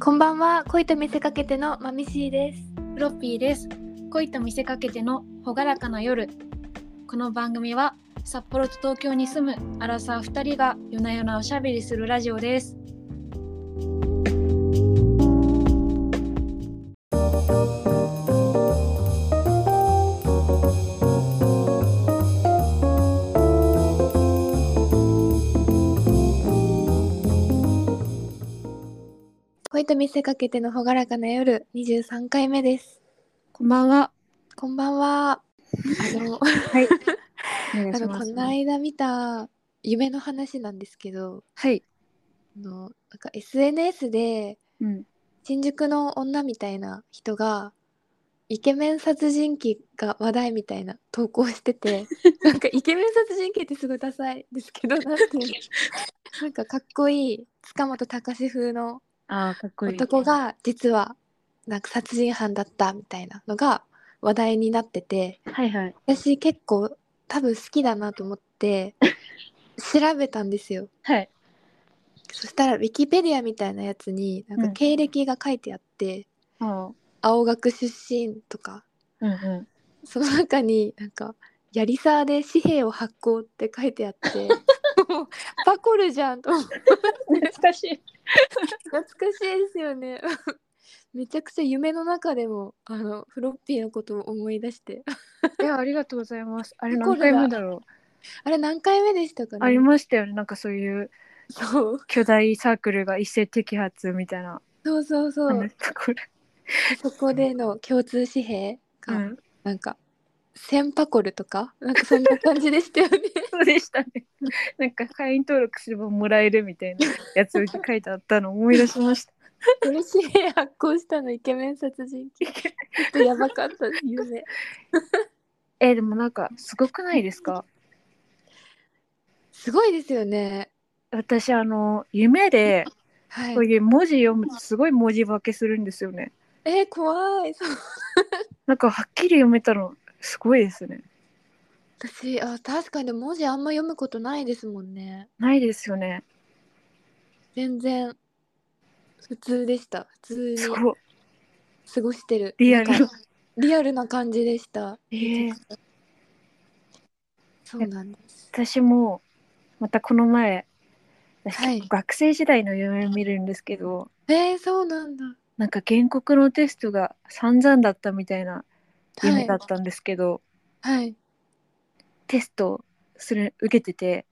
こんばんは恋と見せかけてのまみしーですフロッピーです恋と見せかけての朗らかな夜この番組は札幌と東京に住むアラサー2人が夜な夜なおしゃべりするラジオです恋と見せかけての朗らかな夜23回目ですこんばんはこんばんはあのはいお願いあしのまこすの間見た夢の話なんですけどはい、あのなんか SNS でうん、新宿の女みたいな人がイケメン殺人鬼が話題みたいな投稿しててなんかイケメン殺人鬼ってすごいダサいですけどなんていうのなんかかっこいい塚本隆風のあーかっこいい男が実はなんか殺人犯だったみたいなのが話題になっててはいはい私結構多分好きだなと思って調べたんですよはいそしたらウィキペディアみたいなやつになんうかん経歴が書いてあって、あー青学出身とかうんうんその中になんか「やりさーで紙幣を発行」って書いてあってもうパコルじゃんと思って懐かしい懐かしいですよね めちゃくちゃ夢の中でもあのフロッピーのことを思い出して いやありがとうございますあれところ何が回目だろあれ何回目でしたかうねありましたよねなんかそういうそう巨大サークルが一斉摘発みたいなそうそうそう、話ところそこでの共通紙幣うが、んなんか1000パコルとかなんかそんな感じでした よねそうでしたね。なんか会員登録すればもらえるみたいなやつが書いてあったの思い出しました。これ紙幣発行したのイケメン殺人鬼ちょっとやばかったです夢 えーでもなんかすごくないですかすごいですよね。私あの夢ではいこ。ういう文字読むとすごい文字化けするんですよね。えー怖い。そうなんかはっきり読めたのすごいですね。私あ確かに文字あんま読むことないですもんね。ないですよね。全然普通でした。普通にすごい。過ごしてる。リアルなんかリアルな感じでした。えーそうなんです。私もまたこの前私はい学生時代の夢を見るんですけど、えー、そうなんだ。なんか原告のテストが散々だったみたいなは夢いだ。ったんですけど、はい。テストする受けてて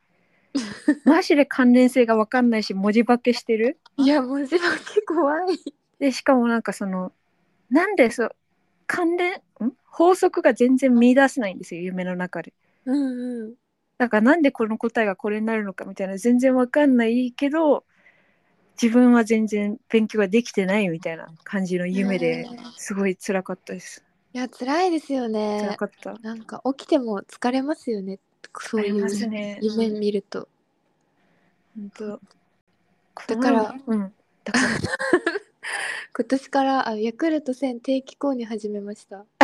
マジで関連性が分かんないし文字化けしてるいや文字化け怖い。でしかもなんかそのなんでそう関連ん法則が全然見出せないんですよ夢の中でうんうん。だからなんでこの答えがこれになるのかみたいな全然分かんないけど自分は全然勉強ができてないみたいな感じの夢でえーすごい辛かったですいや辛いですよ辛ね。かったなんか起きても疲れますよね。そういありますねう夢見ると。本当だからうんだから今年からあヤクルト1000定期購入始めました。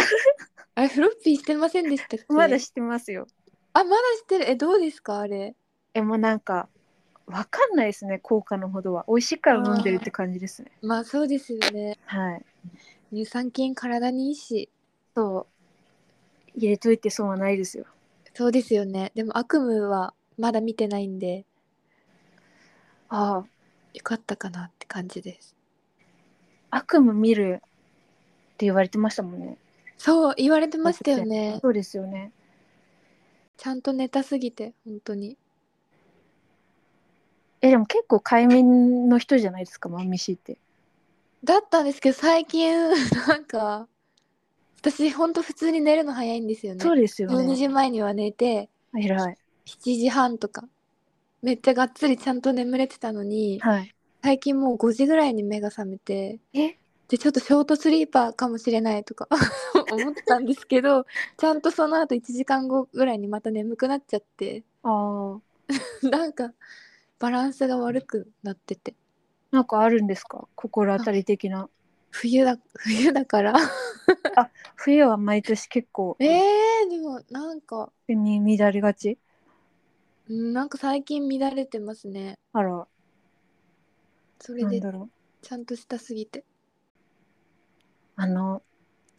あれフロッピーしてませんでしたっけまだ知ってますよあまだしてるえどうですかあれえもうなんかわかんないですね効果のほどは美味しいから飲んでるって感じですねまあそうですよねはい乳酸菌体にいいしそう入れといて損はないですよそうですよねでも悪夢はまだ見てないんであよかったかなって感じですあ悪夢見るって言われてましたもんねそう言われてましたよねそうですよねちゃんと寝たすぎて本当にえでも結構快眠の人じゃないですかマミシってだったんですけど最近なんか私本当普通に寝るの早いんですよねそうですよ12ね時前には寝て偉い7時半とかめっちゃがっつりちゃんと眠れてたのにはい最近もう5時ぐらいに目が覚めてえでちょっとショートスリーパーかもしれないとか 思ってたんですけどちゃんとその後1時間後ぐらいにまた眠くなっちゃって あーなんかバランスが悪くなっててなんかあるんですか心当たり的な冬だ冬だから 冬は毎年結構えー、でもなんかに乱れがちうんなんか最近乱れてますねあらそれなんでだろちゃんとしたすぎてあの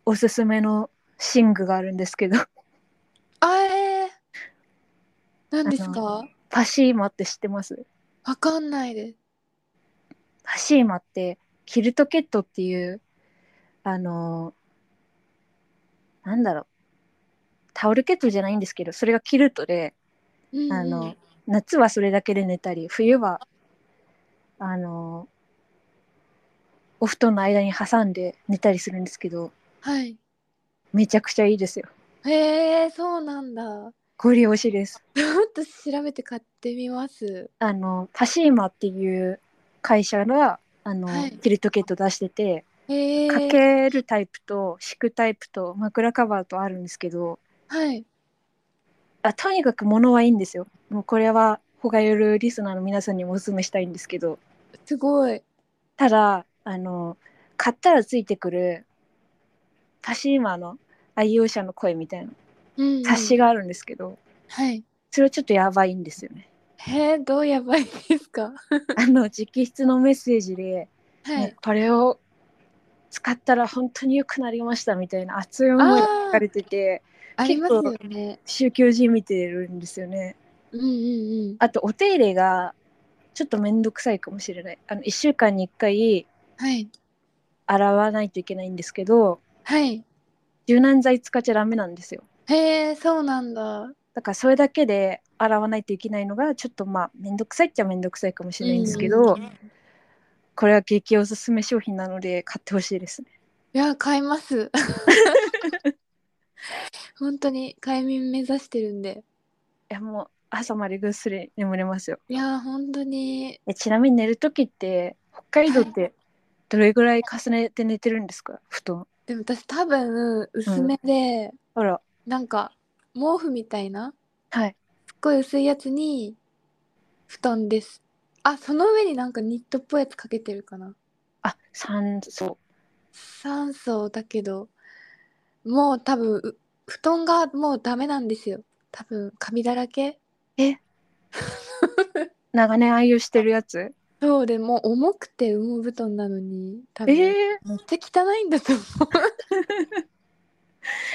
おすすめの寝具があるんですけどあえー、何ですかパシーマって知ってますわかんないですパシーマってキルトケットっていうあのなんだろうタオルケットじゃないんですけどそれがキルトでうんうんあの夏はそれだけで寝たり冬はあのお布団の間に挟んで寝たりするんですけどはいめちゃくちゃいいですよへえそうなんだご利用しですちょっと調べて買ってみますあのパシーマっていう会社があの、はいキルトケット出しててへえかけるタイプと敷くタイプと枕カバーとあるんですけどはいあとにかく物はいいんですよもうこれはほがよるリスナーの皆さんにもおすすめしたいんですけどすごいただあの買ったらついてくるパシーマの愛用者の声みたいなうんうん冊子があるんですけど、はいそれはちょっとやばいんですよね。へえどうやばいですかあの直筆のメッセージではねいこれを使ったら本当に良くなりましたみたいな熱い思いが書かれててありますよね宗教じみてるんですよねうんうんうんあとお手入れがちょっと面倒くさいかもしれないあの1週間に1回はい洗わないといけないんですけどはい柔軟剤使っちゃダメなんですよへえそうなんだだからそれだけで洗わないといけないのがちょっとまあ面倒くさいっちゃ面倒くさいかもしれないんですけど、うんうんうんいこれは激おすすめ商品なので買ってほしいですねや買います 本当に快眠目指してるんでいやもう朝までぐっすり眠れますよいや本当にえちなみに寝る時って北海道ってどれぐらい重ねて寝てるんですか布団でも私多分薄めで、あらなんか毛布みたいなはいすっごい薄いやつに布団ですあその上になんかニットっぽいやつかけてるかなあ三層3層だけどもう多分う布団がもうダメなんですよ多分カビだらけ長年愛用してるやつそうでもう重くて羽毛布団なのに多え分、ー、めっちゃ汚いんだと思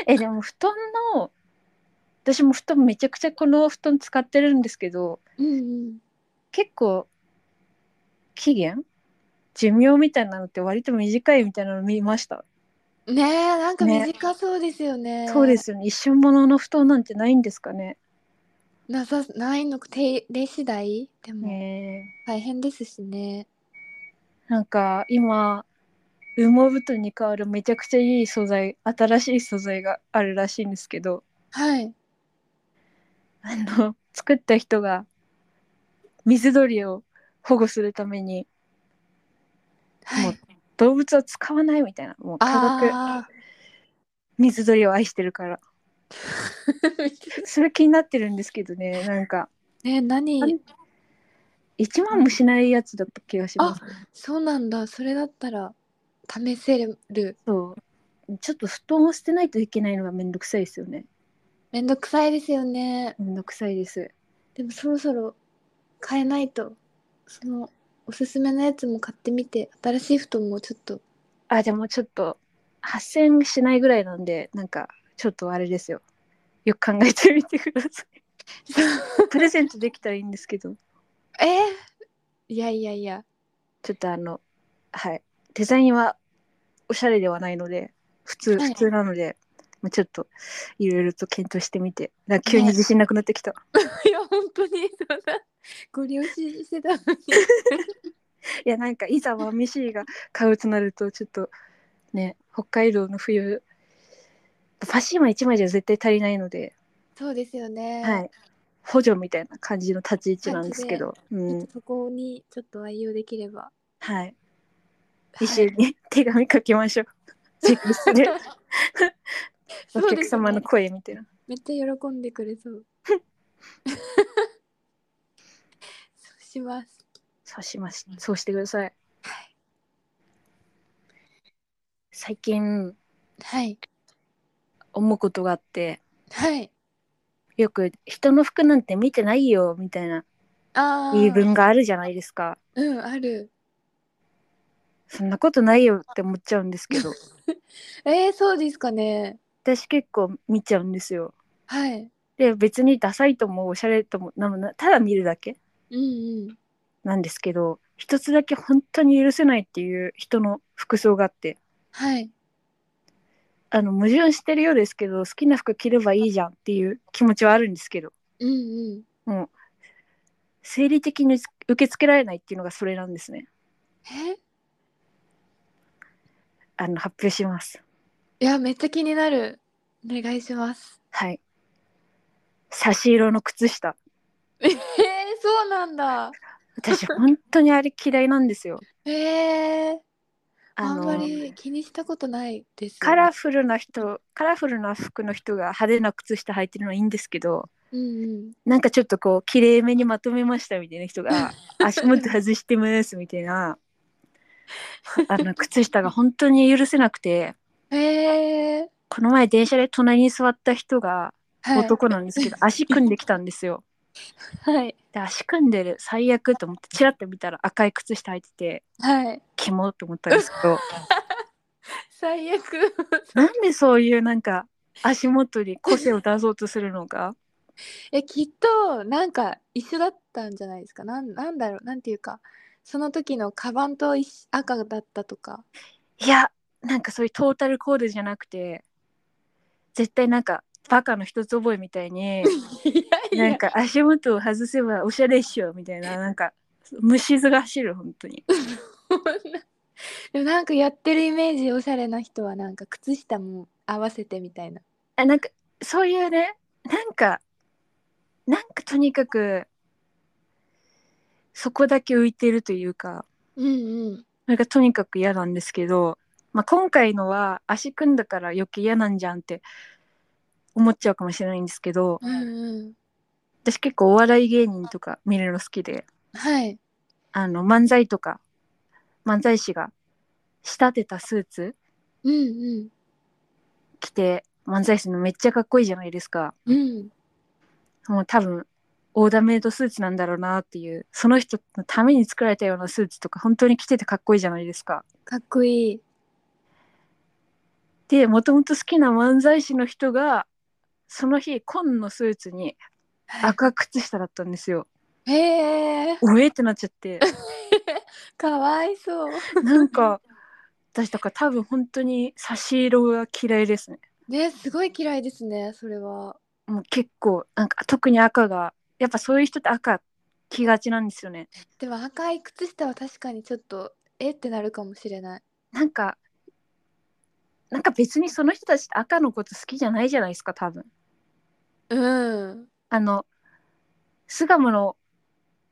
えでも布団の私も布団めちゃくちゃこの布団使ってるんですけどううんうん結構期限寿命みたいなのって割と短いみたいなの見ました、ねえなんかね短そうですよねそうですよね一生ものの布団なんてないんですかねなさないのか手入れ次第でもね大変ですしねえなんか今羽毛布団に代わるめちゃくちゃいい素材新しい素材があるらしいんですけどはいあの作った人が水鳥を保護するためにはいもう動物を使わないみたいなもう科学あ水鳥を愛してるからーそれ気になってるんですけど ねなんかね何1万もしないやつだった気がしますそうなんだそれだったら試せるそうちょっと布団を捨てないといけないのがめんどくさいですよねめんどくさいですよねめんどくさいですでもそろそろ買えないとそのおすすめのやつも買ってみて新しい布団もちょっとあでもちょっと8,000しないぐらいなんでなんかちょっとあれですよよく考えてみてくださ いプレゼントできたらいいんですけどえーいやいやいやちょっとあのはいデザインはおしゃれではないので普通はい普通なので、もうちょっといろいろと検討してみてなんか急に自信なくなってきた、 いや本当に そんなご利用ししてたのにいやなんかいざワンミシーが買うとなるとちょっとね北海道の冬パシーマ1枚じゃ絶対足りないので、 そうですよねはい補助みたいな感じの立ち位置なんですけど、うんそこにちょっと愛用できれば。はい、一緒 に手紙書きましょう 直筆でお客様の声みたいな。めっちゃ喜んでくれそう。そうします。そうします。そうしてください。最近はい。思うことがあって、はい。よく人の服なんて見てないよみたいなああ。言い分があるじゃないですか。うん、ある。そんなことないよって思っちゃうんですけどえー、そうですかね私結構見ちゃうんですよはいで別にダサいともおしゃれともなんもなただ見るだけうんうんなんですけど一つだけ本当に許せないっていう人の服装があってはいあの矛盾してるようですけど好きな服着ればいいじゃんっていう気持ちはあるんですけどうんうんもう生理的に受け付けられないっていうのがそれなんですねえあの発表しますいやめっちゃ気になるお願いしますはい差し色の靴下えー、そうなんだ私本当にあれ嫌いなんですよえー、 ああんのまり気にしたことないです、カラフルな人カラフルな服の人が派手な靴下履いてるのはいいんですけどうんうんなんかちょっとこう綺麗めにまとめましたみたいな人 が足元外してますみたいなあの靴下が本当に許せなくてえー、この前電車で隣に座った人がはい男なんですけど、足組んできたんですよ。はいで足組んでる最悪と思ってチラッと見たら赤い靴下履いててはいキモと思ったんですけ ど最悪なんでそういうなんか足元に個性を出そうとするのかえきっとなんか一緒だったんじゃないですかなんなんだろうなんていうかその時のカバンと一緒赤だったとかいやなんかそういうトータルコーデじゃなくて絶対なんかバカの一つ覚えみたい に いやなんか足元を外せばおしゃれっしょみたいななんか虫図が走る本当にそんなでもなんかやってるイメージおしゃれな人はなんか靴下も合わせてみたいなあなんかそういうねなんかなんかとにかくそこだけ浮いてるというかうんうんそれがとにかく嫌なんですけど、まあ、今回のは足組んだから余計嫌なんじゃんって思っちゃうかもしれないんですけどうんうん私結構お笑い芸人とか見るの好きではいあの漫才とか漫才師が仕立てたスーツうん着て漫才師のめっちゃかっこいいじゃないですか。うんうんもう多分オーダーメイドスーツなんだろうなっていうその人のために作られたようなスーツとか本当に着ててかっこいいじゃないですか。かっこいいでもともと好きな漫才師の人がその日紺のスーツにはい赤靴下だったんですよ。へえ おえってなっちゃってかわいそうなんか私だから多分本当に差し色が嫌いですね。ねすごい嫌いですねそれはもう結構なんか特に赤がやっぱそういう人って赤着がちなんですよね。でも赤い靴下は確かにちょっとえってなるかもしれないなんかなんか別にその人たちって赤のこと好きじゃないじゃないですか多分うんあの巣鴨の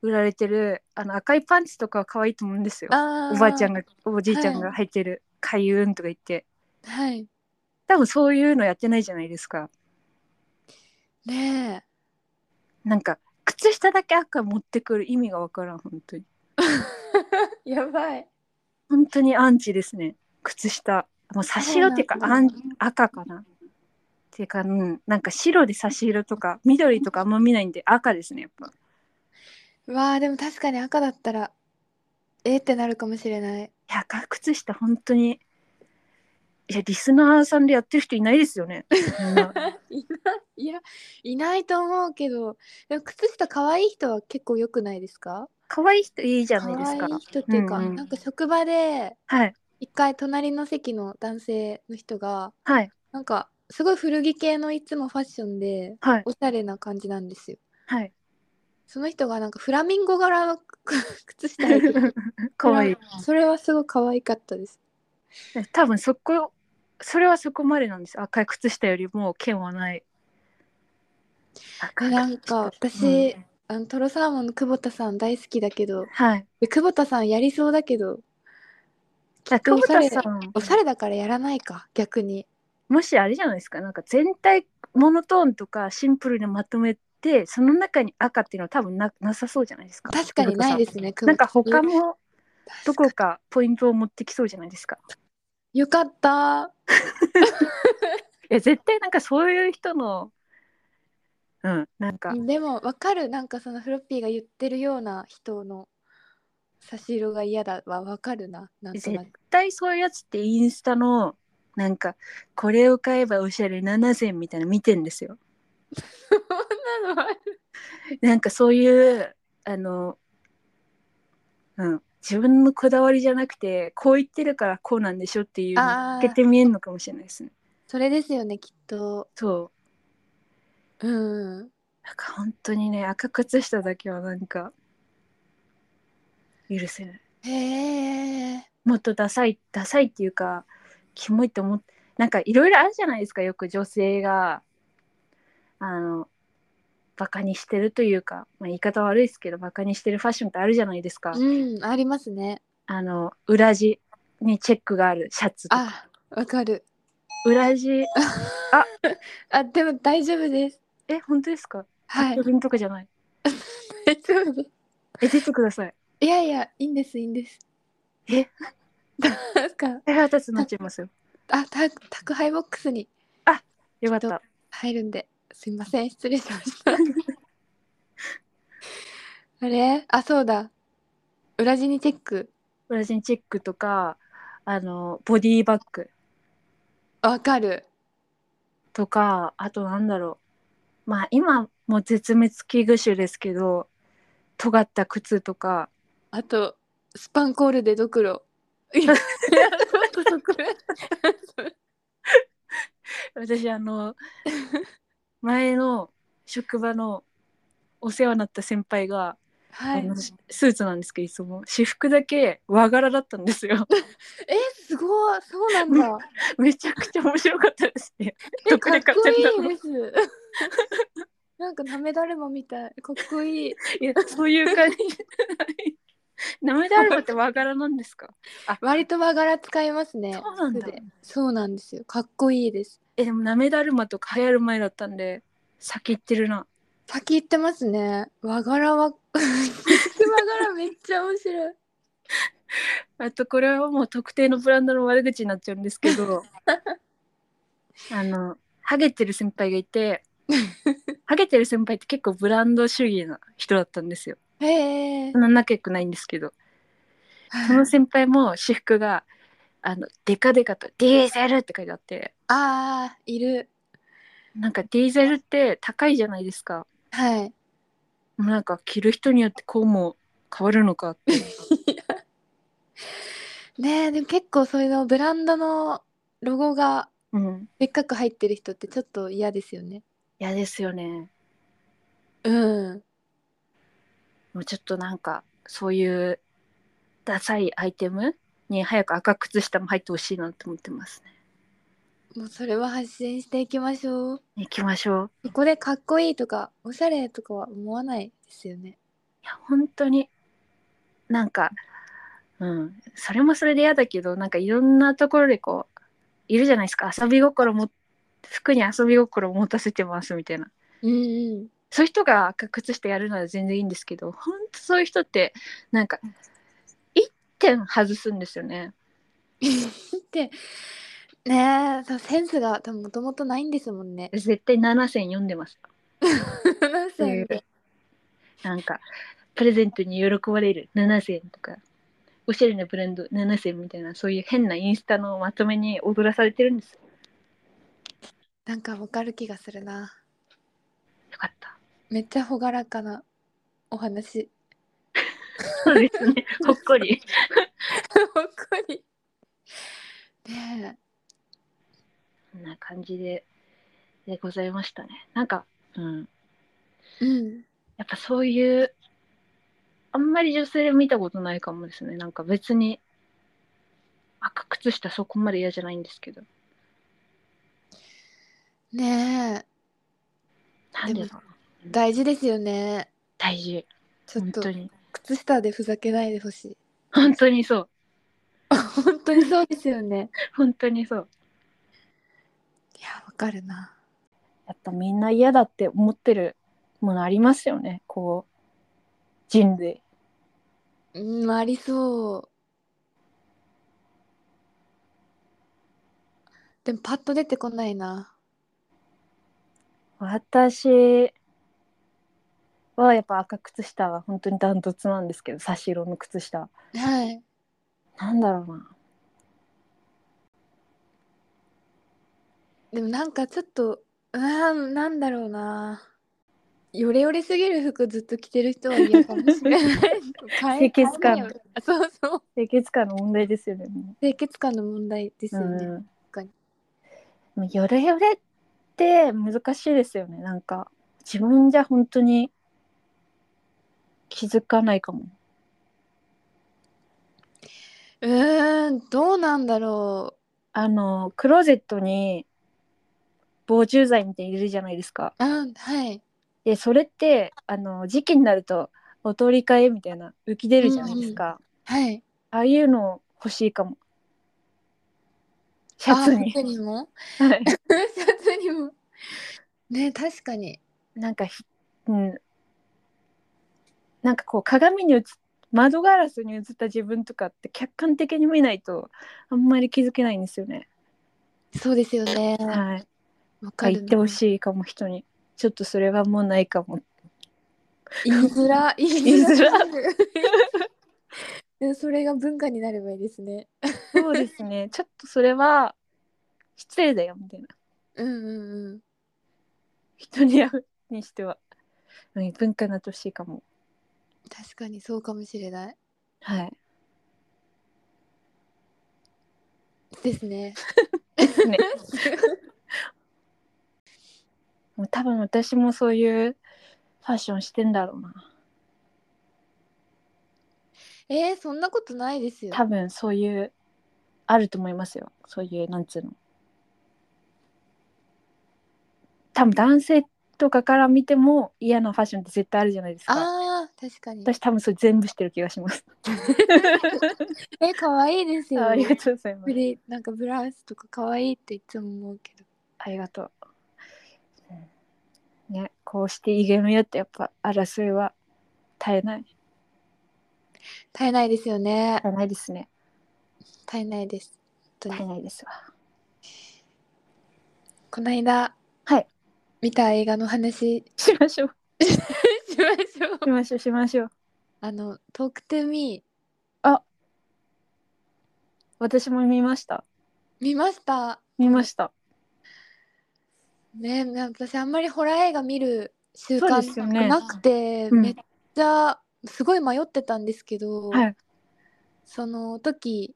売られてるあの赤いパンツとかは可愛いと思うんですよあおばあちゃんががおじいちゃんが履いてる「開運」とか言ってはい多分そういうのやってないじゃないですかねなんか靴下だけ赤持ってくる意味がわからん本当にえやばい本当にアンチですね靴下もう差し色っていうかそうアなンんだ赤かなっていうか、うん、なんか白で差し色とか緑とかあんま見ないんで赤ですねやっぱわあでも確かに赤だったらえってなるかもしれないいや赤靴下本当にいやリスナーさんでやってる人いないですよねみん ないないいやいないと思うけどでも靴下可愛い人は結構良くないですか可愛い人いいじゃ可ない愛ですかい人っていうか、うんうんなんか職場ではい一回隣の席の男性の人がはいなんかすごい古着系のいつもファッションではいおしゃれな感じなんですよ。はいその人がなんかフラミンゴ柄の 靴下履いてて可愛いそれはすごい可愛かったです。多分そこそれはそこまでなんです赤い靴下よりも剣はない赤い靴下なんか私、あのトロサーモンの久保田さん大好きだけどはいで久保田さんやりそうだけどだからおしゃれ久保田さんおしゃれだからやらないか逆に。もしあれじゃないですかなんか全体モノトーンとかシンプルにまとめてその中に赤っていうのは多分ななさそうじゃないですか確かにないですねなんか久保田さ他んもどこかポイントを持ってきそうじゃないですかよかった。いや絶対なんかそういう人のうんなんかでもわかるなんかそのフロッピーが言ってるような人の差し色が嫌だはわかるななんと絶なく対そういうやつってインスタのなんかこれを買えばおしゃれ7000みたいなの見てんですよそんなのあるなんかそういうあのうん自分のこだわりじゃなくてこう言ってるからこうなんでしょっていうあーのけて見えるのかもしれないですねそれですよねきっとそううんなんか本当にね赤靴下だけはなんか許せないへえもっとダサいダサいっていうかキモいって思っなんかいろいろあるじゃないですかよく女性があのバカにしてるというか、まあ、言い方悪いですけどバカにしてるファッションってあるじゃないですか、うんありますねあの裏地にチェックがあるシャツとかあわかる裏地あでも大丈夫ですえ本当ですかはい 作品とかじゃない大丈夫ですえ出てくださいいやいやいいんですいいんですえなんかえ腹立つになっちゃいますよあた宅配ボックスによかった入るんですいません失礼しました あれあそうだ裏地にチェック裏地にチェックとかあのボディバッグわかるとかあとなんだろうまあ今もう絶滅危惧種ですけど尖った靴とかあとスパンコールでドク ロいやドクロ私あの 前の職場のお世話になった先輩が、はあいのスーツなんですけどいつも私服だけ和柄だったんです よえすごいそうなんだめちゃくちゃ面白かったですねえどこかっで買っこてたいいのです なんかなめだれもみたいかっこいいいやそういう感 じナメダルマって和柄なんですか割と和柄使いますねそうなんだ服でそうなんですよかっこいいですえでもナメダルマとか流行る前だったんで先行ってるな先行ってますね和柄は 和柄めっちゃ面白いあとこれはもう特定のブランドの悪口になっちゃうんですけどあのハゲてる先輩がいてハゲてる先輩って結構ブランド主義な人だったんですよへえそんな仲良くないんですけどその先輩も私服があのデカデカと「ディーゼル」って書いてあってあーいるなんかディーゼルって高いじゃないですかはいなんか着る人によってこうも変わるのかってねえでも結構そういうのブランドのロゴがうんでっかく入ってる人ってちょっと嫌ですよね嫌ですよねうんもうちょっとなんかそういうダサいアイテムに早く赤靴下も入ってほしいなと思ってますね。もうそれは発信していきましょう行きましょう。ここでかっこいいとかおしゃれとかは思わないですよねいや本当になんかうんそれもそれで嫌だけどなんかいろんなところでこういるじゃないですか遊び心も服に遊び心を持たせてますみたいな。うんうんそういう人が赤靴下やるなら全然いいんですけど本当そういう人ってなんか1点外すんですよね。ってねえそうセンスが多分もともとないんですもんね絶対7選読んでます。なんそせういうなんかプレゼントに喜ばれる7000とかおしゃれなブランド7000みたいなそういう変なインスタのまとめに踊らされてるんですよ なんかわかる気がするなよかっためっちゃ朗らかなお 話そうです ねほっこりほっこりねえこんな感じででございましたねなんか、うん、うん、やっぱそういうあんまり女性で見たことないかもですねなんか別に赤靴下そこまで嫌じゃないんですけどねなんでだろうえ大事ですよね大事ちょっ本と当に靴下でふざけないでほしい本当にそう本当にそうですよね本当にそう いやわかるなやっぱみんな嫌だって思ってるものありますよねこう人類うんありそうでもパッと出てこないな私はやっぱ赤靴下は本当にダントツなんですけど差し色の靴下ははいなんだろうなでもなんかちょっとうーんなんだろうなヨレヨレすぎる服ずっと着てる人は嫌かもしれない買え 清潔感買えないよあ そうそう清潔感の問題ですよねも清潔感の問題ですうよね、うんかにでもヨレヨレって難しいですよねなんか自分じゃ本当に気づかないかもうーんどうなんだろあのクローゼットに防虫剤みたいに入れるじゃないですかうあはいでそれってあの時期になるとお通り替えみたいな浮き出るじゃないですか、はいああいうの欲しいかもシャツあにシャツにも はいシャツにもね確かになんかひ、うん、なんかこう鏡に映っ窓ガラスに映った自分とかって客観的に見ないとあんまり気づけないんですよね。そうですよねはい、わかかる言ってほしいかも人にちょっとそれはもうないかも。言いづ ら言いづづららでも それが文化になればいいですねそうですね ちょっとそれは失礼だよみたいなうんうんうん人に会うにしては、うん、文化になってほしいかも。確かにそうかもしれない はい、ですねですね。もう多分私もそういうファッションしてんだろうな。えー、そんなことないですよ多分そういうあると思いますよそういうなんつうの多分男性とかから見ても嫌なファッションって絶対あるじゃないですかあー確かに私多分それ全部してる気がしますえ可愛いですよありがとうございまブすリなんかブラウスとか可愛いっていつも思うけどありがとううんねこうしてイゲメンやってやっぱ争いは絶えない絶えないですよね絶えないですね絶えないです本絶当にえないですわこの間はい見た映画の話しましょうしましょうしましょうしましょうあの「トークトゥミー私も見ました」見ました見ましたねな私あんまりホラー映画見る習そう慣ですよねなくて、うんめっちゃすごい迷ってたんですけど、はいその時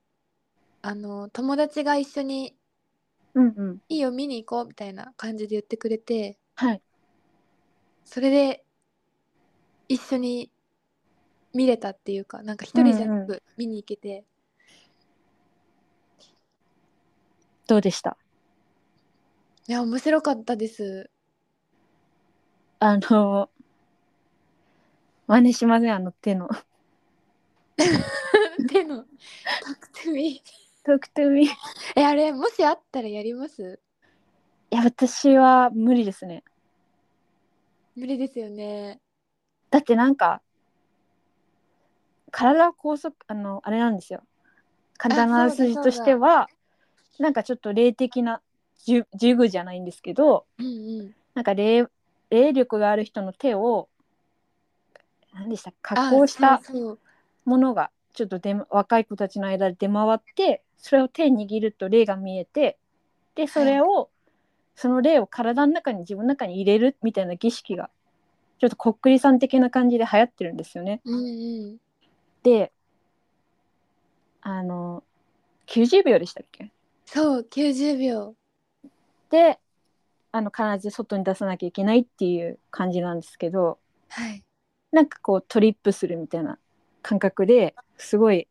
あの友達が一緒にうんうん「いいよ見に行こう」みたいな感じで言ってくれてはいそれで一緒に見れたっていうかなんか一人じゃなうんうく見に行けて、どうでしたいや面白かったです あの、真似しません、あの手の。での「トークトゥミートークトゥミー。い」えあれもしあったらやりますや、私は無理ですね。無理ですよねだってなんか、体を拘束、あの、あれなんですよ。体のあらすじとしては、なんかちょっと霊的な、じゅ呪具じゃないんですけど、うんうんなんか霊霊力がある人の手を、何でした加あ工したそうそうものがちょっと出ま若い子たちの間で出回ってそれを手に握ると霊が見えてでそれを、その霊を体の中に自分の中に入れるみたいな儀式がちょっとこっくりさん的な感じで流行ってるんですよね。うんうんであの90秒でしたっけそう90秒であの必ず外に出さなきゃいけないっていう感じなんですけどはいなんかこうトリップするみたいな感覚ですごい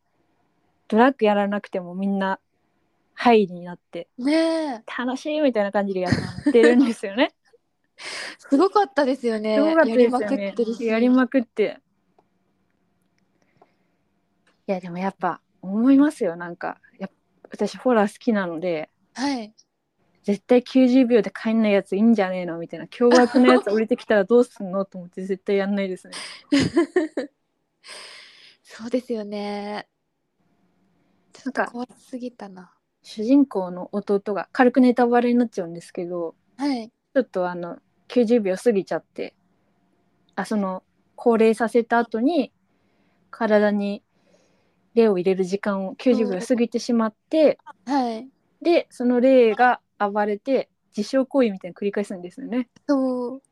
ドラッグやらなくてもみんなハイになってねえ楽しいみたいな感じでやってるんですよ ね。すごかったですよねすごかったやでりすまよくねってる。しやりまくって。いやでもやっぱ思いますよなんかやっぱ私ホラー好きなのではい絶対90秒で帰んないやついいんじゃねえのみたいな凶悪なやつ降りてきたらどうすんのと思って絶対やんないですね。そうですよねちょっと なんか怖すぎたな主人公の弟が軽くネタバレになっちゃうんですけどはいちょっとあの90秒過ぎちゃってあその高齢させた後に体に霊を入れる時間を90秒過ぎてしまって、はいでその霊が暴れて自傷行為みたいなの繰り返すんですよねそう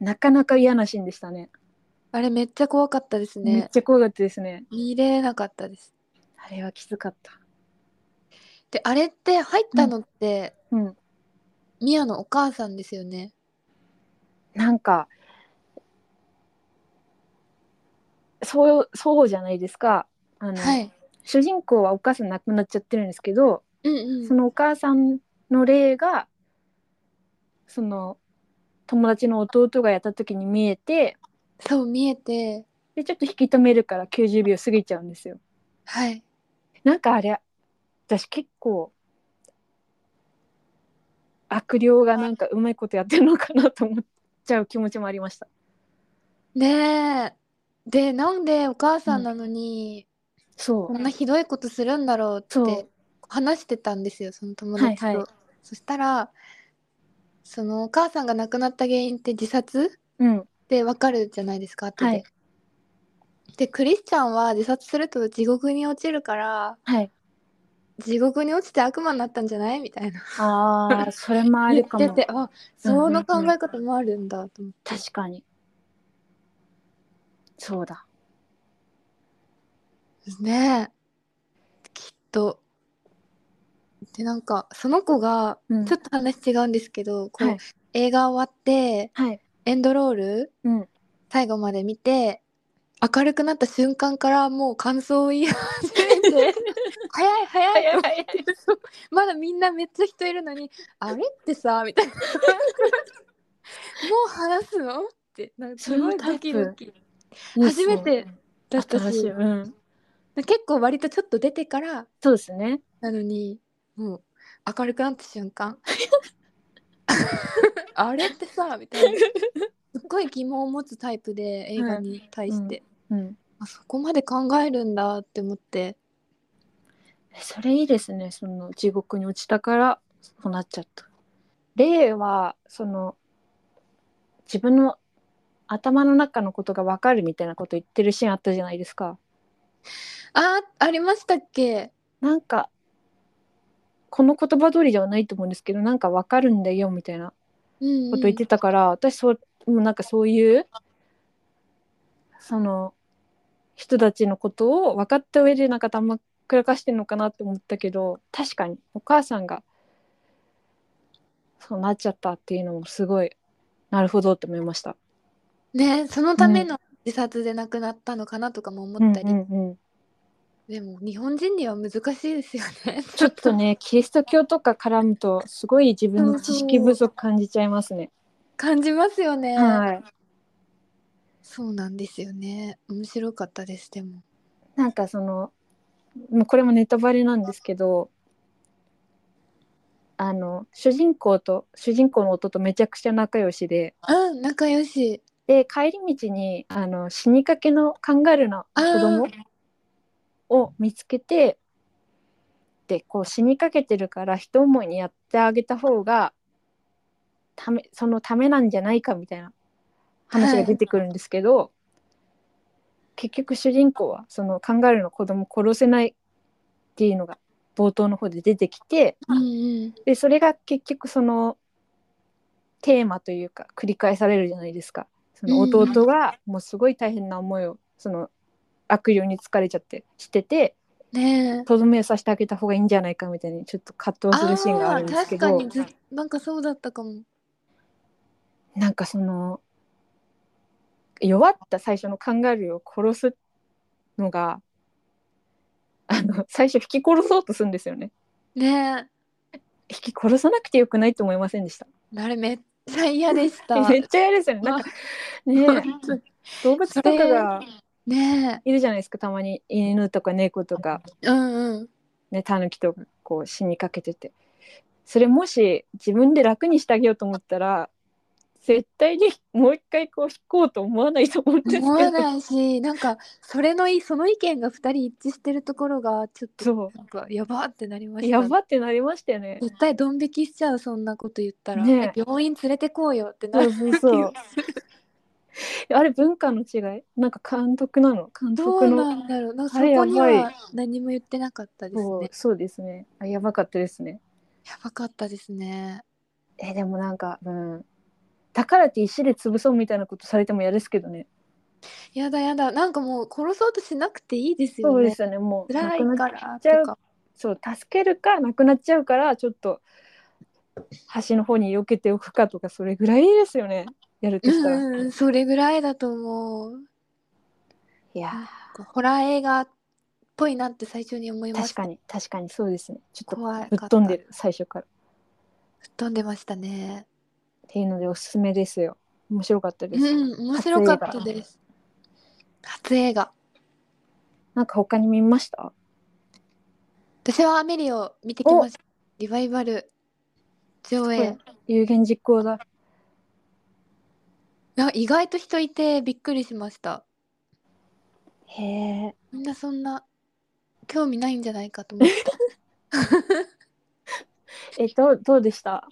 なかなか嫌なシーンでしたねあれめっちゃ怖かったですめっねちゃ怖かったですね見れなかったですあれはきつかったであれって入ったのって、うんミヤのお母さんですよねなんかそうそうじゃないですかあの、はい主人公はお母さん亡くなっちゃってるんですけど、うんうんそのお母さんの霊がその友達の弟がやった時に見えてそう見えてでちょっと引き止めるから90秒過ぎちゃうんですよ。はいなんかあれ私結構悪霊がなんかうまいことやってるのかなと思っちゃう気持ちもありました。ねえでなんでお母さんなのに、そうこんなひどいことするんだろうっそうて話してたんですよその友達と、はいはいそしたらそのお母さんが亡くなった原因って自殺うんってわかるじゃないですか後で、はいでクリスチャンは自殺すると地獄に落ちるからはい、地獄に落ちて悪魔になったんじゃないみたいなああそれもあ言るっかてもてあその考え方もあるんだと思って、確かにそうだねえきっとでなんかその子が、うんちょっと話違うんですけどこう、はい映画終わってはいエンドロール、うん最後まで見て明るくなった瞬間からもう感想を言い始め て早い 早いと思ってそうまだみんなめっちゃ人いるのに「あれってさ」みたいな「もう話すの?」ってなんかすごいドキドキ初めてだった新ししい、うん、結構割とちょっと出てからそうですねなのにもう明るくなった瞬 間あれってさみたいなすっごい疑問を持つタイプで映画に対して、うんあそこまで考えるんだって思ってそれいいですねその地獄に落ちたからそうなっちゃった霊はその自分の頭の中のことが分かるみたいなこと言ってるシーンあったじゃないですかあありましたっけなんかこの言葉通りではないと思うんですけどなんか分かるんだよみたいなうん、うん、こと言ってたから、私そうもうなんかそういうその人たちのことを分かった上でなんかたまくらかしてんのかなって思ったけど確かにお母さんがそうなっちゃったっていうのもすごいなるほどって思いました。ねそのための自殺で亡くなったのかなとかも思ったり、うんうんうんでも日本人には難しいですよねちょっ とねキリスト教とか絡むとすごい自分の知識不足感じちゃいますね。感じますよね、はいそうなんですよね面白かったですでもなんかそのもうこれもネタバレなんですけどあの主人公と主人公の夫とめちゃくちゃ仲良しでうん仲良しで帰り道にあの死にかけのカンガルーの子供あーを見つけてでこう死にかけてるから一思いにやってあげた方がためそのためなんじゃないかみたいな話が出てくるんですけど、結局主人公はそのカンガルーの子供を殺せないっていうのが冒頭の方で出てきてうんうんでそれが結局そのテーマというか繰り返されるじゃないですか。そのうん弟がもうすごい大変な思いをその悪霊に疲れちゃってしてて、ねえとどめをさせてあげた方がいいんじゃないかみたいにちょっと葛藤するシーンがあるんですけあー確どかにずなんかそうだったかも。なんかその弱った最初のカンガルーを殺すのがあの最初引き殺そうとするんですよねね引き殺さなくてよくないと思いませんでしたえ、あれめっちゃ嫌でした。 めっちゃ嫌ですよねなんかね本当動物とかがねいるじゃないですかたまに犬とか猫とかえ、うんうん。ねタヌキとかこう死にかけててそれもし自分で楽にしてあげようと思ったら絶対にもう一回こう引こうと思わないと思うんですけ思わどないし、なんかそれのいその意見が二人一致してるところがちょっとそなんかやばってなりまうした。やばってなりましたよね。絶対ドン引きしちゃうそんなこと言ったら、ねえ病院連れてこうよってなそるうそうそうあれ文化の違いなんか監督なの 監ど督うのなんだろうなんかそあれこにやばはい何も言ってなかったですそうねそうですねあやばかったですねやばかったですねえでもなんかうんだからって石で潰そうみたいなことされても嫌ですけどねやだやだなんかもう殺そうとしなくていいですそようでねすよねもう辛いなくなかっらちゃとうかそう助けるかなくなっちゃうからちょっと端の方に避けておくかとかそれぐらいですよねやるとうしたら、んうんそれぐらいだと思ういやなんかホラー映画っぽいなって最初に思いーまし確たかに確かにそうですねちょっ怖かったとぶっ飛んでる最初からぶっ飛んでましたねっていうのでおすすめですよ面白かったです、うん面白かったです初映画なんか他に見ました私はアメリを見てきましたリバイバル上映有言実行だあ意外と人いてびっくりしましたへえみんなそんな興味ないんじゃないかと思ってたえどうどうでした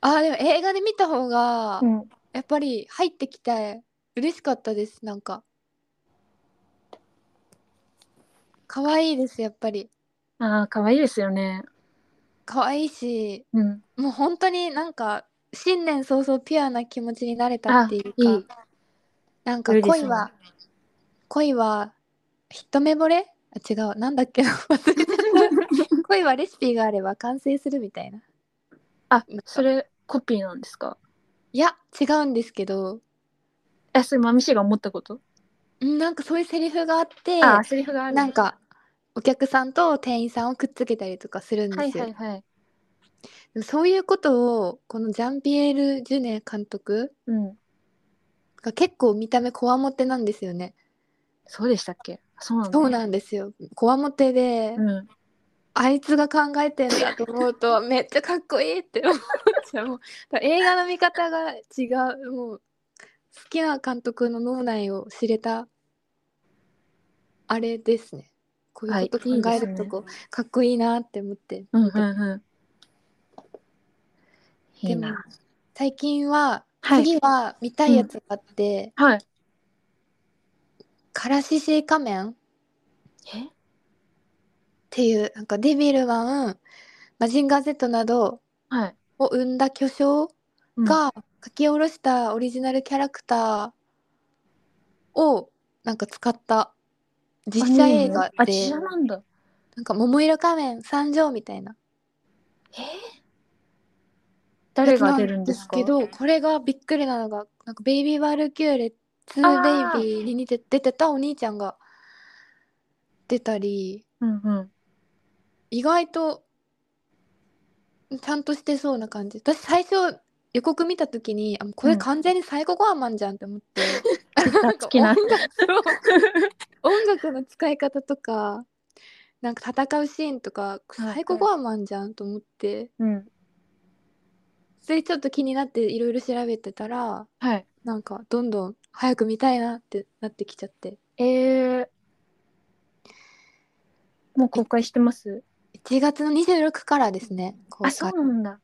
あーでも映画で見た方がうんやっぱり入ってきて嬉しかったですなんか可愛いですやっぱりああ可愛いですよね可愛いしうんもう本当になんか新年早々ピュアな気持ちになれたっていうかあいいなんかいいです恋ねは、恋は一目惚れあ違うなんだっけな忘れちゃった恋はレシピがあれば完成するみたいなあなんかそれコピーなんですかいや違うんですけどえそれマミシが思ったことうんなんかそういうセリフがあってあーセリフがあるなんかお客さんと店員さんをくっつけたりとかするんですよは、いはいはいでもそういうことをこのジャンピエール・ジュネ監督うんが結構見た目こわもてなんですよねそうでしたっけそうなんだそうなんですよこわもてで、うんあいつが考えてんだと思うとめっちゃかっこいいって思っちゃうもうだから映画の見方が違うもう好きな監督の脳内を知れたあれですねこういうこと考はえいいいでするねとこ、かっこいいなって思ってうんうんうん。でも最近は、はい次は見たいやつがあってはい。 「からしシー仮面」っえていうなんかデビルマンマジンガー Z などはい。を生んだ巨匠うん、が書き下ろしたオリジナルキャラクターをなんか使った実写映画あ、で実写なんだ。なんか桃色仮面三条みたいなえ誰が出るんですかやつなんですけどこれがびっくりなのがなんかベイビーバルキューレ2あーベイビーに似て出てたお兄ちゃんが出たりうんうん。意外とちゃんとしてそうな感じ私最初予告見た時にあもうこうれん完全にサイコゴアマンじゃんって思って、 なんか好きな音楽を音楽の使い方とかなんか戦うシーンとかいはいサイコゴアマンじゃんと思って うん。それちょっと気になっていろいろ調べてたらはい。なんかどんどん早く見たいなってなってきちゃってえー、もう公開してます1月の26からですね公あ、そう開なんだ。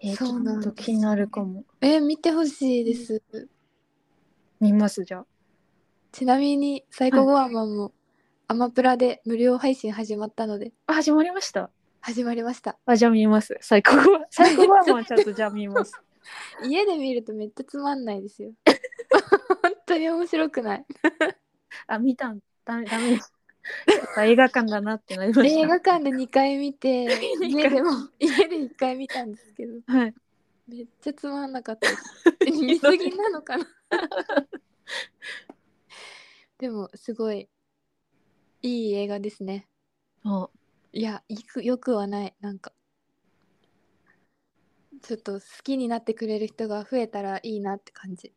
えー、ちそうなんょでっすと気になるかも。えー見てほしいです、見ます、じゃあ。ちなみにサイコゴアマンもアマプラで無料配信始まったのであ、始まりました。始まりましたあ、じゃあ見ます。最高は。 最高はもうちゃんとじゃあ見ます。家で見るとめっちゃつまんないですよ本当に面白くない あ、見たん、ダメ、ダメです。やっぱ映画館だなってなりました。映画館で2回見て 二回家でも家で1回見たんですけどはい。めっちゃつまんなかったです 見すぎなのかな でもすごいいい映画ですねあ、いやいくよくはないなんかちょっと好きになってくれる人が増えたらいいなって感じ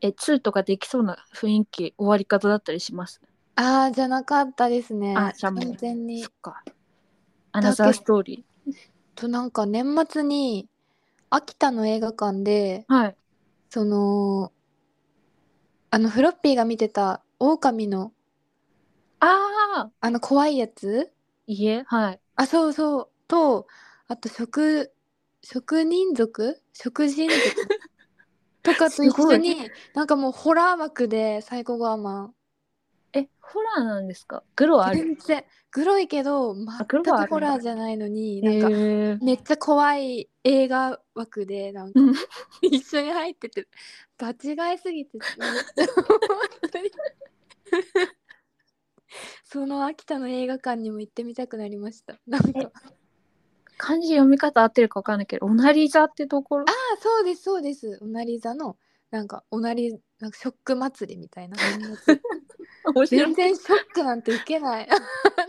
え、2とかできそうな雰囲気、終わり方だったりします。ああじゃなかったですねあじゃあもう完全にそっか。アナザーストーリとなんか年末に秋田の映画館でー。はい。そのあのフロッピーが見てた狼のああ、あの怖いやつ家はい。あそうそう とあと食職人族食人族とかと一すご緒いになんかもうホラー枠でサイコガーマンえホラーなんですかグロある全 然グロいけど全グロはあるんだくホラーじゃないのにななんんかかめっちゃ怖い映画枠でなんかうん 一緒に入っててガチ買いすぎて本当に その秋田の映画館にも行ってみたくなりましたなんかえ漢字読み方合ってるか分かんないけどオナリザってとこあろあそうですそうですおなり座のなんかおなりなんかショック祭りみたいな 面白全い然ショックなんて受けない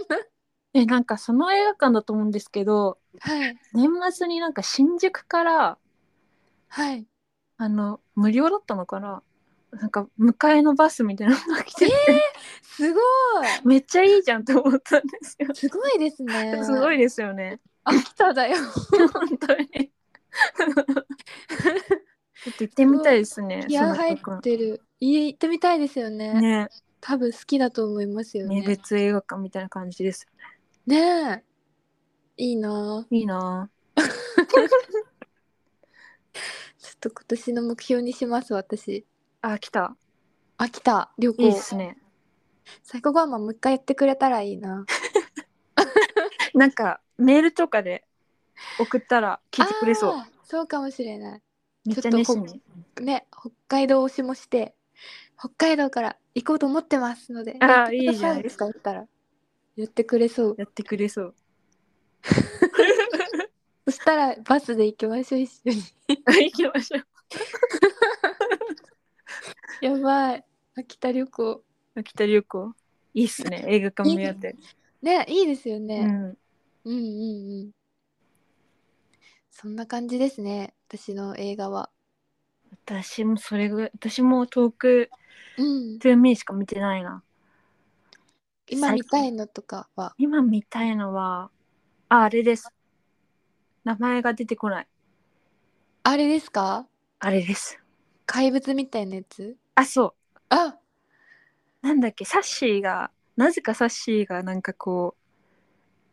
えなんかその映画館だと思うんですけどはい年末になんか新宿からはいあの無料だったのかななんか迎えのバスみたいなのが来てて、すごいめっちゃいいじゃんって思ったんですよ。すごいですね すごいいですよね。秋田だよ本当に。 ちょっと行ってみたいですね。気合入ってる家行ってみたいですよそねのね。多分好きだと思いますよ名ね物映画館みたいな感じです。ねえいいなあいいなちょっと今年の目標にします私ぁ。あ、来た。秋田旅行いいっすね。最高ガーマンもう一回やってくれたらいいななんかメールとかで送ったら聞いてくれそう。あーそうかもしれないめっちゃ熱心ちに。ね北海道推しもして北海道から行こうと思ってますのであーやってくださいいじゃないですとか言ったら言ってくれそうやってくれそう。そしたらバスで行きましょう一 緒に行きましょう。やばい秋田旅行秋田旅行。いいっすね。映画館もやって。ねいいですようね、ん。うん、うんうんそんな感じですね私の映画は私もそれぐらい、私も遠くうんトゥーミーしか見てないな。今見たいのとかは今見たいのは、あ、あれです。名前が出てこない。あれですかあれです。怪物みたいなやつあ、そう。あなんだっけサッシーがなぜかサッシーがなんかこう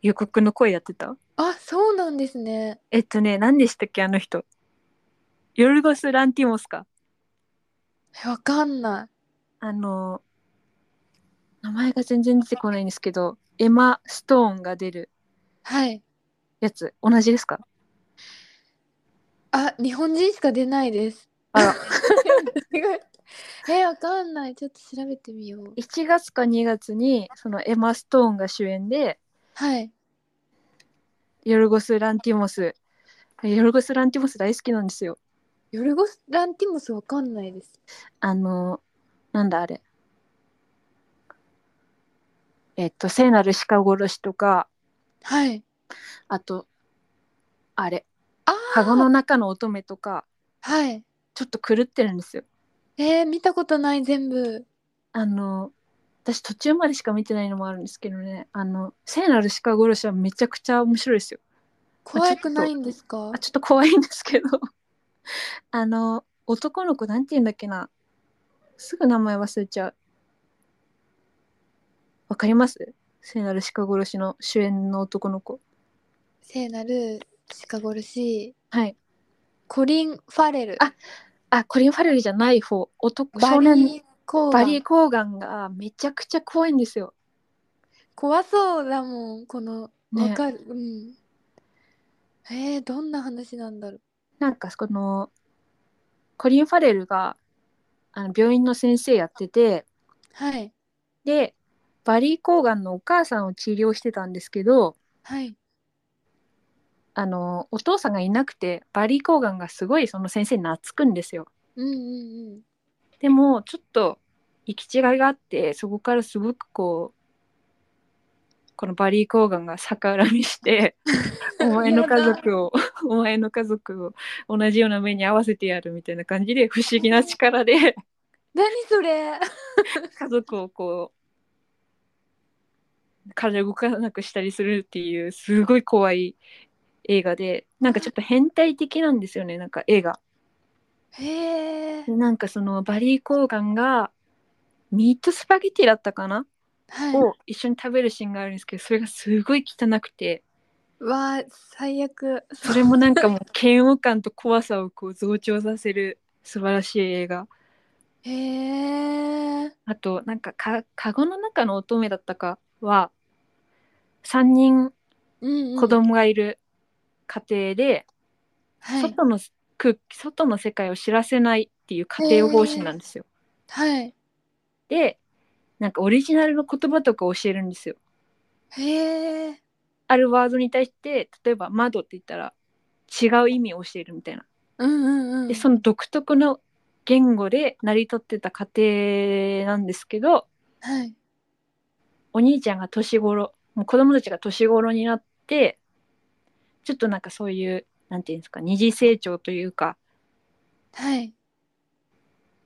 予告の声やってたあそうなんですねえっとね何でしたっけあの人ヨルゴス・ランティモスかえわかんなあの名前が全然出てこないんですけどエマ・ストーンが出るいはいやつ同じですかあ日本人しか出ないですあら えわかんないちょっと調べてみよう1月か2月にそのエマ・ストーンが主演ではいヨルゴス・ランティモスヨルゴス・ランティモス大好きなんですよヨルゴス・ランティモスわかんないですあのなんだあれえっと聖なる鹿殺しとかはいあとあれあ籠の中の乙女とかはいちょっと狂ってるんですよえー、見たことない全部あの私途中までしか見てないのもあるんですけどねあの聖なる鹿殺しはめちゃくちゃ面白いですよ怖くないんですかあちょっと怖いんですけど あの男の子なんて言うんだっけなすぐ名前忘れちゃうわかります聖なる鹿殺しの主演の男の子聖なる鹿殺しはいコリン・ファレルああコリン・ファレルじゃない方男バ少リ年ー・コーガバンリー・コーガンがめちゃくちゃ怖いんですよ怖そうだもんこのねわかる、うんえー、どんな話なんだろうなんかこのコリン・ファレルがあの病院の先生やっててはいでバリー・コーガンのお母さんを治療してたんですけど、はいあのお父さんがいなくてバリー・コーガンがすごいその先生に懐くんですようんうんうんでもちょっと行き違いがあってそこからすごくこうこのバリー・コーガンが逆恨みして「お前の家族をお前の家族を同じような目に遭わせてやる」みたいな感じで不思議な力で何それ家族をこう体動かなくしたりするっていうすごい怖い映画でなんかちょっと変態的なんですよねなんか映画。へえでなんかそのバリー・コーガンがミートスパゲティだったかな、はを一緒に食べるシーンがあるんですけどそれがすごい汚くていわあ最悪それもなんかもう嫌悪感と怖さをこう増長させる素晴らしい映画へえあとなんかか「かごの中の乙女」だったかは3人うんうん子供がいる家庭で、はい外の空気外の世界を知らせないっていう家庭方針なんですよ。はいでなんかオリジナルの言葉とか教えるんですよ。へえあるワードに対して例えば「窓」って言ったら違う意味を教えるみたいな。うんうんうんでその独特の言語で成り立ってた家庭なんですけど、はいお兄ちゃんが年頃もう子供たちが年頃になってちょっとなんかそういうなんていうんですか二次成長というかはい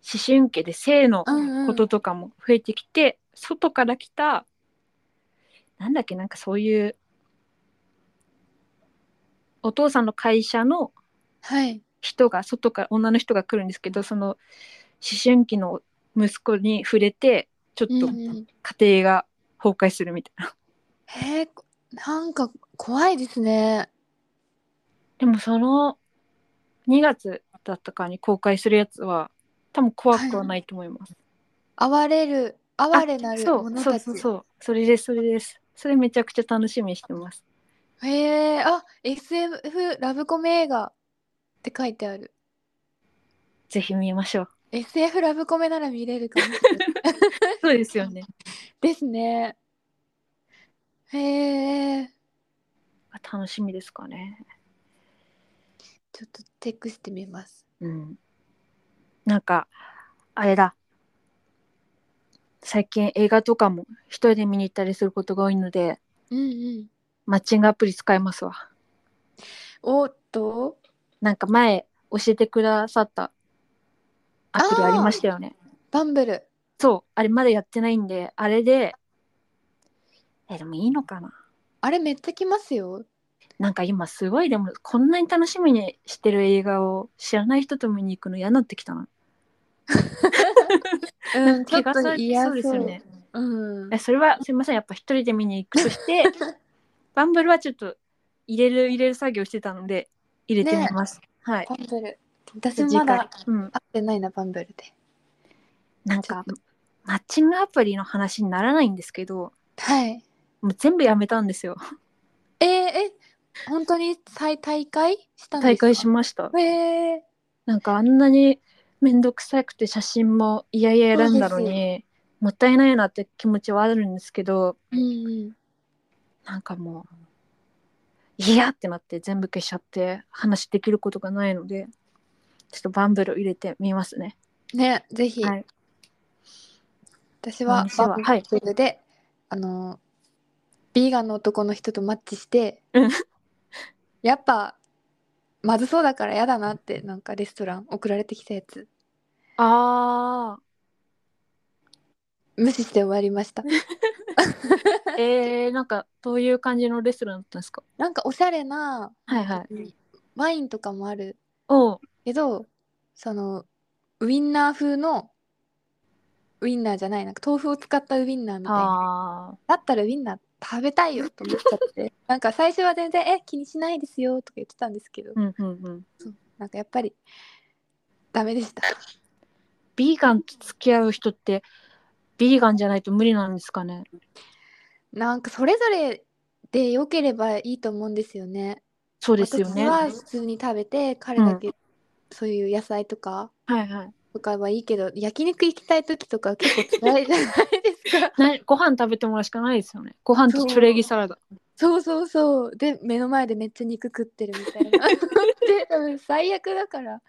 思春期で性のうんうんこととかも増えてきて、外から来たなんだっけなんかそういうお父さんの会社のはい人が外から女の人が来るんですけどその思春期の息子に触れてちょっうんとうん家庭が崩壊するみたいな。へえこなんか怖いですねでもその2月だったかに公開するやつは多分怖くはないと思います。哀れるあ哀れなるそう者そうたちそうそうそれですそれです。それめちゃくちゃ楽しみにしてます。へえあ SF ラブコメ映画って書いてあるぜひ見ましょう。 SF ラブコメなら見れるかもしれない そうですよね。ですねへえ楽しみですかね。ちょっとチェックしてみますうん。なんかあれだ。最近映画とかも一人で見に行ったりすることが多いのでうんうんマッチングアプリ使いますわ。おっとなんか前教えてくださったアプリありましたよね。バンブルそう、あれまだやってないんで、あれで、え、でもいいのかなあれめっちゃ来ますよなんか今すごいでもこんなに楽しみにしてる映画を知らない人と見に行くの嫌になってきたな。うん ちょっ気がとさ嫌そうですよね。うんえそれはすいませんやっぱ一人で見に行くとして バンブルはちょっと入れる入れる作業してたので入れてみます。はい。バンブル私次ま回だう会ん、ってないなバンブルでなんかマッチングアプリの話にならないんですけどはいもう全部やめたんですよえー、え本当に再大会したんですか大会しましたへえなんかあんなに面倒くさくて写真もいやいや選んだのそうにもったいないなって気持ちはあるんですけどうんうんなんかもういやってなって全部消しちゃって話できることがないのでちょっとバンブルを入れてみますね。ねぜひ、はい私は私バははいンブルで、あのビーガンの男の人とマッチして、うんやっぱまずそうだから嫌だなってなんかレストラン送られてきたやつあ無視して終わりましたーえ ー、なんかどういう感じのレストランだったんですかなんかおしゃれなはいはい。ワインとかもあるおうけどそのウインナー風のウインナーじゃないなんか豆腐を使ったウインナーみたいなあだったらウインナー食べたいよと思っちゃって なんか最初は全然「え気にしないですよ」とか言ってたんですけどーうんうんうん。なんかやっぱりダメでしたビーガンと付き合う人ってビーガンじゃないと無理なんですかねなんかそれぞれで良ければいいと思うんですよねそうですよね。は私は普通に食べて彼だけ、そういう野菜とかいはい。とかはいいけど焼肉行きたい時とか結構辛いじゃないですかなご飯食べてもらうしかないですよね。ご飯とチュレギサラダ。そうそうそうで目の前でめっちゃ肉食ってるみたいな で多分最悪だから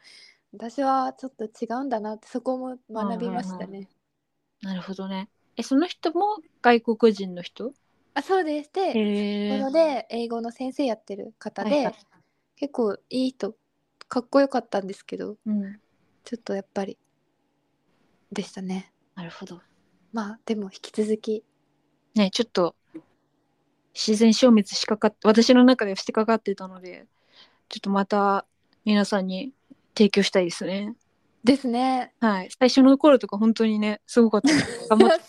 私はちょっと違うんだなってそこも学びましたね、うんなるほどね。え、その人も外国人の人あそうですで、へなえ。ので英語の先生やってる方で、はいはい結構いい人かっこよかったんですけどうん。ちょっとやっぱりでしたねなるほど。まあでも引き続きね、ちょっと自然消滅しかかっ私の中ではしてかかってたので、ちょっとまた皆さんに提供したいですね。ですねはい。最初の頃とか本当にね、すごかった。 頑張って。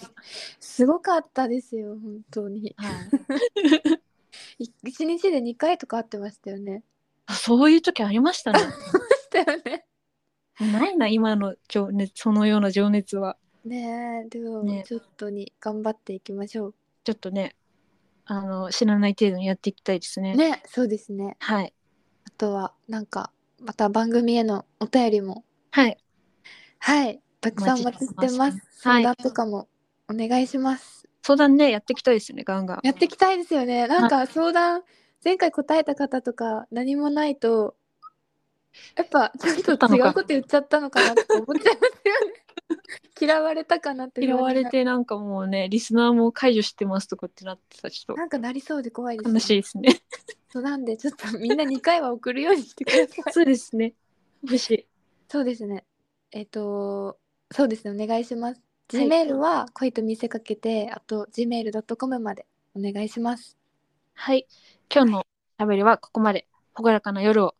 すごかったですよ本当にはいい一日で2回とか会ってましたよね あそういう時ありましたね。したよねないな今の情熱そのような情熱はねえでも、ねちょっとに頑張っていきましょちょっとねあの知らない程度にやっていきたいですねうねそうですねはいあとはなんかまた番組へのお便りもはいはいたくさんお待ちしておま待すちしてますは相い談とかもお願いします、相談ねやっていきたいですねガンガンやっていきたいですよねなんか相談前回答えた方とか何もないとやっぱちょっと違うこと言っちゃったのかなって思っちゃいますよね 嫌われたかなって不安嫌になわれてなんかもうねリスナーも解除してますとかってなってたらちょっなんかなりそうで怖いでとす、悲しいですねそうなんでちょっとみんな2回は送るようにしてください そうです ね欲しいそうですね。えっ、と、そうですね、お願いします。はい G メールは恋と見せかけて、あと G メールドットコムまでお願いします。はい今日のしゃべりはここまで朗らかな夜を